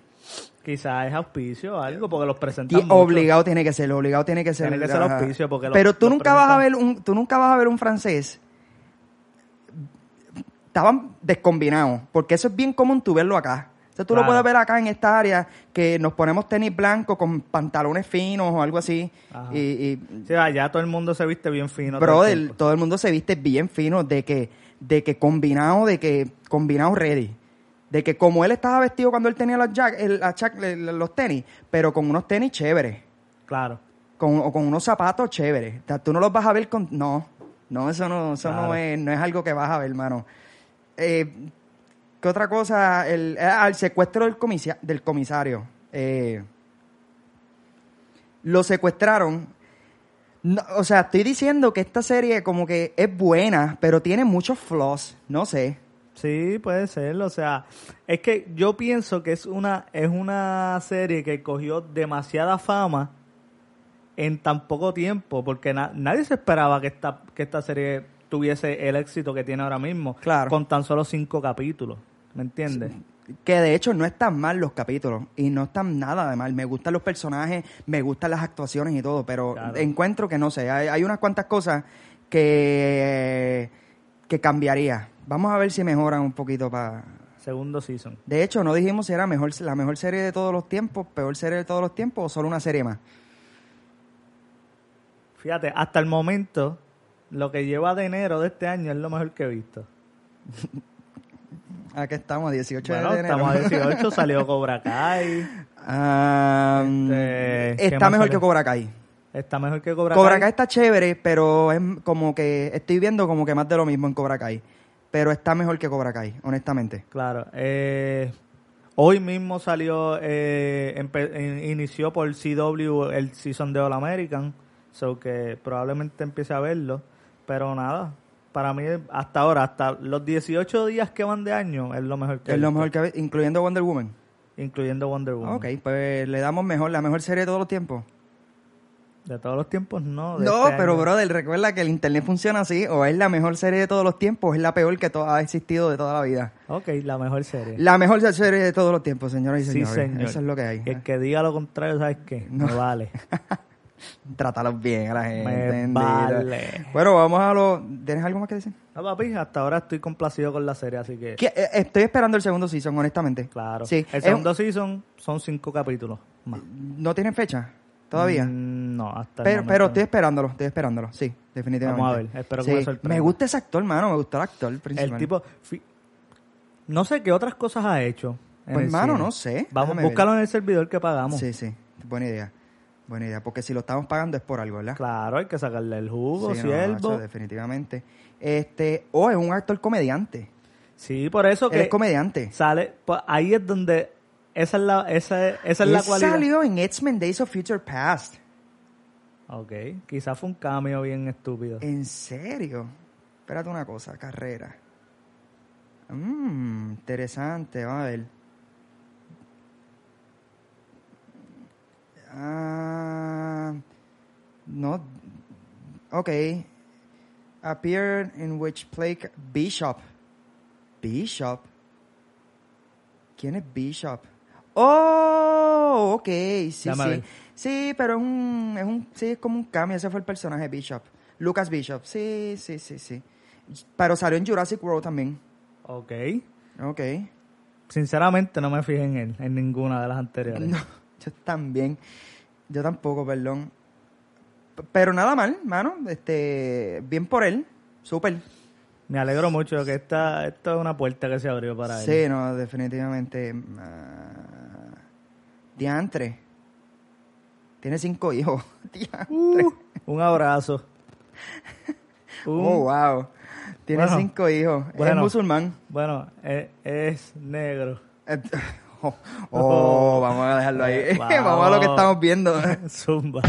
Quizás es auspicio o algo, porque los presentan
Y
mucho.
obligado tiene que ser, obligado tiene que ser.
Tiene que ser
ajá.
auspicio, porque los-
Pero tú
los
nunca vas a ver
presentan.
un, tú nunca vas a ver un francés. Estaban descombinados, porque eso es bien común tú verlo acá. O sea, tú lo
Claro.
puedes ver acá en esta área que nos ponemos tenis blancos con pantalones finos o algo así.
Ajá.
Y, y
Sí, allá todo el mundo se viste bien fino. todo el
brother,
tiempo.
todo el mundo se viste bien fino de que, de que combinado, de que combinado ready. De que como él estaba vestido cuando él tenía los, jack- el- la chac- el- los tenis, pero con unos tenis chéveres.
Claro.
Con, o con unos zapatos chéveres. O sea, tú no los vas a ver con... No, no, eso no, eso no,
Claro.
es, no es algo que vas a ver, hermano. Eh, ¿Qué otra cosa? El, ah, el secuestro del, comisia- del comisario. Eh, lo secuestraron. No, o sea, estoy diciendo que esta serie como que es buena, pero tiene muchos flaws. No sé.
Sí, puede ser, o sea, es que yo pienso que es una es una serie que cogió demasiada fama en tan poco tiempo, porque na- nadie se esperaba que esta que esta serie tuviese el éxito que tiene ahora mismo,
Claro.
con tan solo cinco capítulos, ¿me entiendes?
Que de hecho no están mal los capítulos y no están nada de mal. Me gustan los personajes, me gustan las actuaciones y todo, pero
Claro.
encuentro que no sé, hay, hay unas cuantas cosas que, que cambiaría. Vamos a ver si mejoran un poquito para...
Segundo season.
De hecho, no dijimos si era mejor, la mejor serie de todos los tiempos, peor serie de todos los tiempos o solo una serie más.
Fíjate, hasta el momento lo que lleva de enero de este año es lo mejor que he visto.
Aquí estamos, 18
Bueno,
de enero.
estamos a 18, salió Cobra Kai,
Ah,
Este, ¿qué
está
más
mejor
salió?
que Cobra Kai.
está mejor que Cobra,
Cobra
Kai.
Kai está chévere, pero es como que estoy viendo como que más de lo mismo en Cobra Kai. Pero está mejor que Cobra Kai, honestamente.
Claro. eh, hoy mismo salió, eh, empe- in- inició por CW el season de All American, so que probablemente empiece a verlo, pero nada. Para mí, hasta ahora, hasta los 18 días que van de año, es lo mejor que he
Es lo
visto,
mejor que ve- incluyendo Wonder Woman.
Incluyendo Wonder Woman.
Ok, pues le damos mejor, la mejor serie de todos los tiempos.
De todos los tiempos, no. de
No,
este
pero
año.
brother, recuerda que el internet funciona así, o es la mejor serie de todos los tiempos, o es la peor que to- ha existido de toda la vida.
Ok, la mejor serie.
La mejor serie de todos los tiempos, señoras y
sí,
señores.
señor.
Eso es lo que hay. Eh,
El que diga lo contrario, ¿sabes qué?
No.
Me vale.
Trátalos bien a la gente.
Me
bendito.
vale.
Bueno, vamos a lo... ¿Tienes algo más que decir?
No, papi, hasta ahora estoy complacido con la serie, así que...
Que, eh, Estoy esperando el segundo season, honesthtamente.
Claro.
Sí.
El
Es-
segundo season son cinco capítulos más.
no tienen fecha todavía.
Mm, No, hasta el
pero,
momento
pero
no.
estoy esperándolo, estoy esperándolo, sí, definitivamente.
Vamos a ver, espero que me sorprenda.
Me gusta ese actor, mano, me gustó el actor principal.
El tipo... fi- No sé qué otras cosas ha hecho. en
Pues,
el
mano,
cine.
no sé.
Vamos,
Déjame ver.
búscalo en el servidor que pagamos.
Sí, sí, buena idea. Buena idea, porque si lo estamos pagando es por algo, ¿verdad?
Claro, hay que sacarle el jugo,
Sí, no,
siervo.
macho, definitivamente. Este, o es un actor comediante.
sí, por eso
Él es
que
comediante.
sale... pues, ahí es donde... Esa es la, esa, es- esa es la
Él
cualidad.
salió en X-Men Days of Future Past.
Ok, quizás fue un cameo bien estúpido.
¿En serio? Espérate una cosa, carrera. Mmm, interesante, vamos a ver. Ah, no. Ok. Appeared in which plague Bishop. Bishop. ¿Quién es Bishop? Oh, ok, sí,
Dame a
sí.
ver.
Sí, pero es un, es un, sí, es como un cambio. Ese fue el personaje Bishop. Lucas Bishop, sí, sí, sí, sí. Pero salió en Jurassic World también.
Ok.
Ok.
Sinceramente no me fijé en él, en ninguna de las anteriores.
No, yo también. Yo tampoco, perdón. P- Pero nada mal, mano. Este, bien por él. Súper.
Me alegro mucho que esta, esto es una puerta que se abrió para
Sí,
él.
no, definitivamente. ah, diantre. Tiene cinco hijos. Diantre.
Uh, un abrazo. Un-
Oh, wow. Tiene
Bueno.
cinco hijos. Es
Bueno.
musulmán.
Bueno, e- es, negro.
Eh, Oh, oh, vamos a dejarlo ahí.
Eh,
vamos a lo que
wow.
estamos viendo.
Zumba.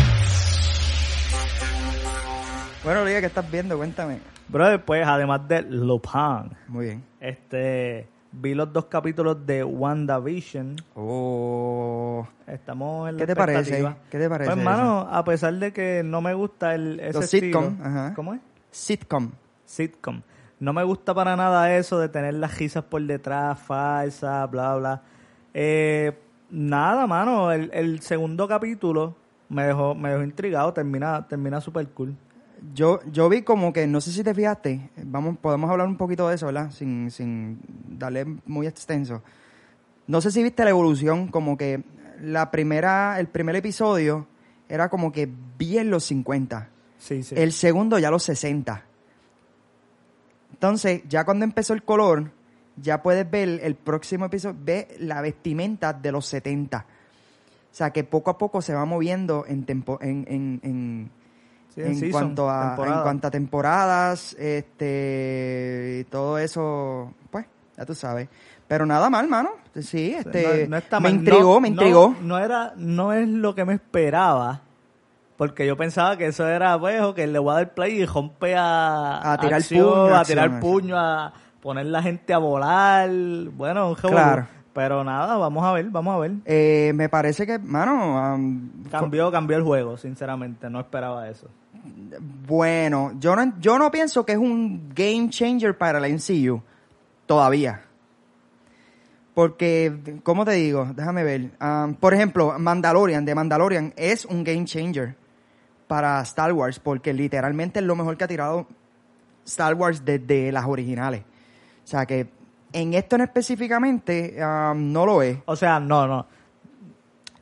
Bueno, Lidia, ¿qué estás viendo? Cuéntame.
Brother, pues, además de Lupin,
Muy bien.
este, vi los dos capítulos de WandaVision.
Oh.
Estamos en la
¿Qué te parece?
expectativa.
¿Qué te parece
Pues, hermano, a pesar de que no me gusta el, ese
Los sitcom,
estilo-
ajá.
¿Cómo es?
Sitcom.
sitcom. No me gusta para nada eso de tener las risas por detrás, falsas, bla, bla. Eh, nada, mano. El, el segundo capítulo me dejó, me dejó intrigado. Termina, termina super cool.
Yo, yo vi como que, no sé si te fijaste, vamos, podemos hablar un poquito de eso, ¿verdad? Sin, sin darle muy extenso. No sé si viste la evolución, como que la primera, el primer episodio era como que bien los 50.
Sí, sí.
El segundo ya los 60. Entonces, ya cuando empezó el color, ya puedes ver el próximo episodio, ve la vestimenta de los 70. O sea, que poco a poco se va moviendo en, tempo, en, en, en,
Sí,
en,
season,
cuanto a,
temporada.
en cuanto a temporadas, este, y todo eso, pues, ya tú sabes. Pero nada mal, mano. Sí, este,
No- no está
me
mal.
intrigó,
No-
me
no-
intrigó.
No, era, no es lo que me esperaba. Porque yo pensaba que eso era, pues, o que le voy a dar play y rompe a,
A tirar
acción,
puño,
a
acción,
tirar
acción.
puño, a poner la gente a volar. Bueno, un revolú.
Claro.
Pero nada, vamos a ver, vamos a ver.
Eh, me parece que, mano, am,
Cambió, cambió el juego, sinceramente. No esperaba eso.
Bueno, yo no, yo no pienso que es un game changer para la MCU. Todavía. Porque, ¿cómo te digo? Déjame ver. Am, por ejemplo, Mandalorian, de Mandalorian, es un game changer para Star Wars. Porque literalmente es lo mejor que ha tirado Star Wars desde las originales. O sea que, en esto en específicamente, am, no lo es.
O sea, no, no.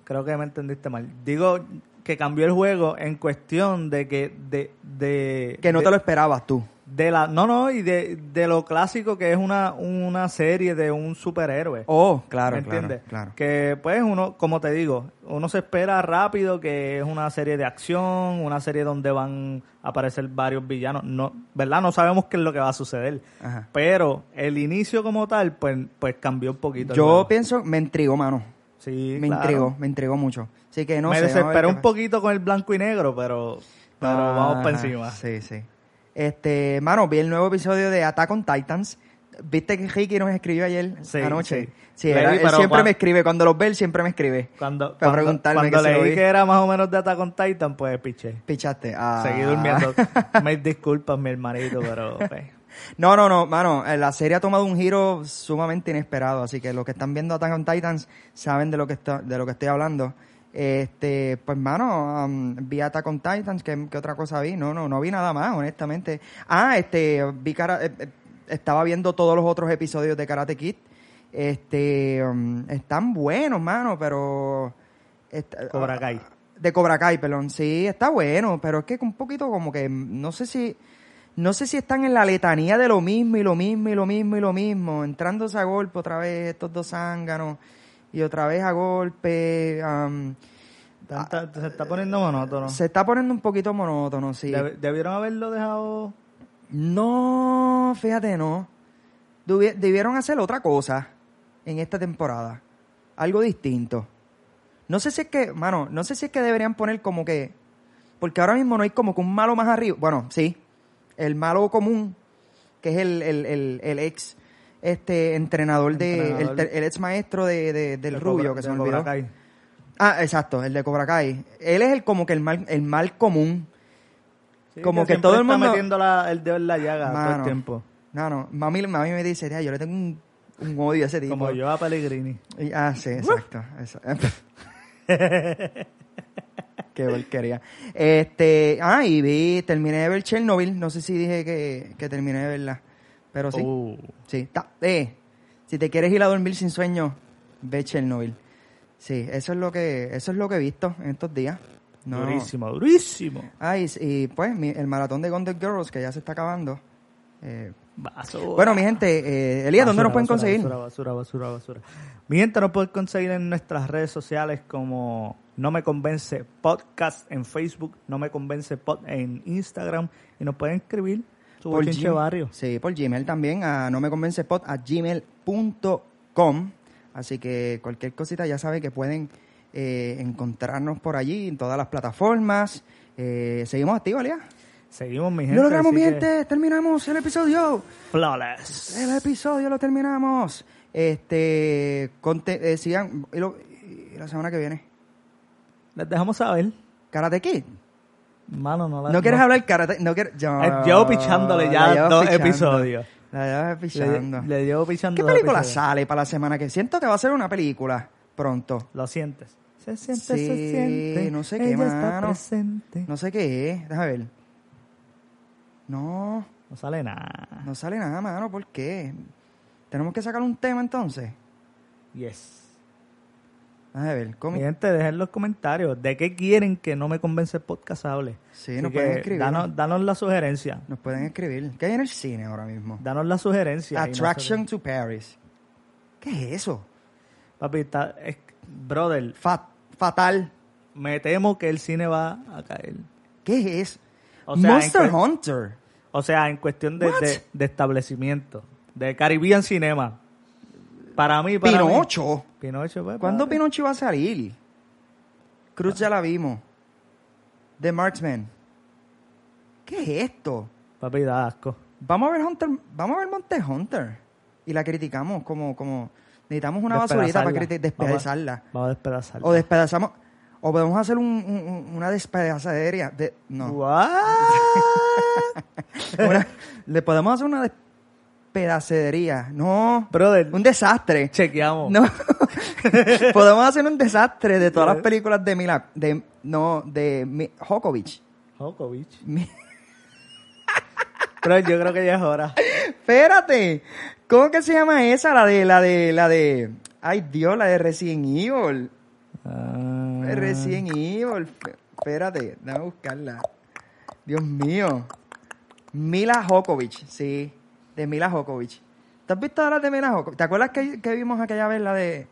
Creo que me entendiste mal. Digo que cambió el juego en cuestión de que... De, de,
Que no
de-
te lo esperabas tú.
De la, no, no, y de, de lo clásico que es una, una serie de un superhéroe.
Oh, claro,
¿Me
claro,
entiendes?
claro.
Que pues uno, como te digo, uno se espera rápido que es una serie de acción, una serie donde van a aparecer varios villanos. No, ¿verdad? No sabemos qué es lo que va a suceder.
Ajá.
Pero el inicio como tal, pues, pues cambió un poquito. el
Yo
juego.
pienso, me intrigó, mano.
Sí,
me
claro.
intrigó, me intrigó mucho. Así que no
Me
sé. vamos a ver
desesperé
qué
un
pasa.
poquito con el blanco y negro, pero, pero
Ah,
vamos para encima.
Sí, sí. Este, mano, vi el nuevo episodio de Attack on Titans. Viste que Ricky nos escribió ayer
Sí,
anoche.
sí.
Sí, era-
Baby,
él
pero
siempre
cuan-
me escribe. Cuando los ve, él siempre me escribe.
Cuando,
Para
cuando,
preguntarme
cuando
que si lo
leí
vi.
que era más o menos de Attack on Titan, pues piché.
Pichaste. Ah.
Seguí durmiendo. Me disculpas, mi hermanito, pero pues,
No, no, no, mano. eh, La serie ha tomado un giro sumamente inesperado. Así que los que están viendo Attack on Titans saben de lo que, está, de lo que estoy hablando. Este, pues, mano, um, vi Attack on Titans. ¿qué, qué otra cosa vi? No, no, no vi nada más, honestamente. Ah, este, vi cara, eh, eh, estaba viendo todos los otros episodios de Karate Kid. Este, um, están buenos, mano, pero. est-
Cobra Kai.
de Cobra Kai, perdón. Sí, está bueno, pero es que un poquito como que mm, no sé si no sé si están en la letanía de lo mismo y lo mismo y lo mismo y lo mismo, entrándose a golpe otra vez estos dos zánganos y otra vez a golpe. am,
tanta- se está poniendo monótono.
Se está poniendo un poquito monótono, sí.
Deb- debieron haberlo dejado.
No, fíjate, no. Dubie- debieron hacer otra cosa en esta temporada. Algo distinto. No sé si es que, mano, no sé si es que deberían poner como que Porque ahora mismo no hay como que un malo más arriba. Bueno, sí. El malo común, que es el, el, el, el ex este entrenador de.
Entrenador.
El, el ex maestro de, de- del
El
rubio,
Cobra-
que se
del
me olvidó.
Cobra Kai.
Ah, exacto, el de Cobra Kai. Él es el como que el mal, el mal común.
Sí,
Como que
siempre
todo el
está
mundo-
metiendo la- el dedo en la llaga todo
Mano.
el tiempo.
No, no. Mami, mami me dice, "Ya, yo le tengo un, un odio a ese tipo.
Como yo Uh. a Pellegrini.
Y- ah, sí, exacto. exacto. Qué porquería. Este, ah, y vi, terminé de ver Chernobyl. No sé si dije que, que terminé de verla. Pero sí.
Uh,
Sí, está. Eh, si te quieres ir a dormir sin sueño, ve Chernobyl. Sí, eso es lo que, eso es lo que he visto en estos días. No.
Durísimo, durísimo.
Ah, y, y, pues mi- el maratón de Gondor Girls que ya se está acabando. Eh,
Basura.
bueno, mi gente, eh, Elías, ¿dónde
Basura,
nos
basura,
pueden conseguir?
Basura, basura, basura, basura. Mi gente nos puede conseguir en nuestras redes sociales como No Me Convence Podcast en Facebook, No Me Convence Pod en Instagram y nos pueden escribir su bochinche
Gmail.
barrio.
Sí, por Gmail también, a no me convence spot a gmail.com. Así que cualquier cosita ya saben que pueden eh, encontrarnos por allí en todas las plataformas. Eh, Seguimos activos, Lía.
Seguimos, mi gente.
Lo logramos,
así
mi
que
gente. Terminamos el episodio.
Flawless.
El episodio lo terminamos. Este, conte- eh, sigan, y, lo- y la semana que viene.
Les dejamos saber.
Karate Kid.
Mano, no la-
¿No quieres
no-
hablar karate? No quieres. Yo,
Eh, llevo pichándole
la
ya
llevo
dos
pichando.
episodios.
La llevas pichando.
Le, le llevo pichando.
¿Qué
dos
película
episodios.
sale para la semana que siento que va a ser una película pronto?
Lo sientes. Se siente,
Sí,
se siente.
no sé qué,
Ella está
mano.
presente. No,
No sé qué es, déjame ver. No,
sale nada.
no sale nada, mano, ¿por qué? Tenemos que sacar un tema entonces.
Yes.
Déjame ver,
Mi
cómic.
gente, dejen los comentarios. ¿De qué quieren que no me convence el podcast hable?
Sí,
Así
nos
que
pueden escribir.
Danos, danos la sugerencia.
Nos pueden escribir. ¿Qué hay en el cine ahora mismo?
Danos la sugerencia. y
Attraction
nosotros-
to Paris. ¿Qué es eso?
Papi, está- es- brother,
Fa- fatal.
me temo que el cine va a caer.
¿Qué es?
O sea,
Monster
en-
Hunter.
O sea, en cuestión de,
What?
de- de establecimiento. De Caribbean Cinema. Para mí, para mí.
Pinocho.
Pinocho, pues,
¿Cuándo
papi.
Pinocho va a salir? Cruz ya la vimos. The Marksman. ¿Qué es esto?
Papi, da asco.
Vamos a ver Hunter, vamos a ver Monte Hunter. Y la criticamos como, como necesitamos una basurita para criti-
Despedazarla.
despedazarla.
Vamos a, vamos a despedazarla.
O despedazamos. O podemos hacer un, un- un- una despedazadería. de- no.
What?
Una- le podemos hacer una despedazadería. No.
Brother,
Un desastre.
chequeamos.
No. Podemos hacer un desastre de todas las películas de Mila. De, no, de Mi- Jokovic.
Jokovic.
Mi-
Pero yo creo que ya es hora.
Espérate. ¿Cómo que se llama esa? La de, la de, la de. Ay Dios, la de Resident Evil.
Ah,
Resident Evil. F- Espérate, déjame buscarla. Dios mío. Mila Jokovic, sí. De Mila Jokovic. ¿Te has visto ahora de Mila Jokovic? ¿Te acuerdas que, que vimos aquella vez la de.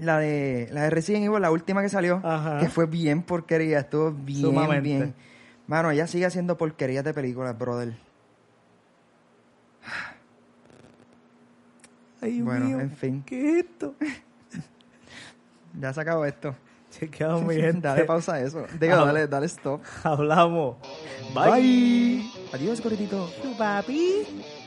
La de. La de Resident Evil, la última que salió.
Ajá.
Que fue bien porquería. Estuvo bien,
Sumamente.
bien. Mano, ella sigue haciendo porquerías de películas, brother.
ay, Dios
Bueno,
mío,
en fin.
¿Qué es esto?
Ya se acabó esto.
Chequeamos, mi gente.
Dale pausa a eso. Digo,
Ah.
dale, dale stop.
Hablamos. Bye.
Adiós, Coritito.
Tu papi.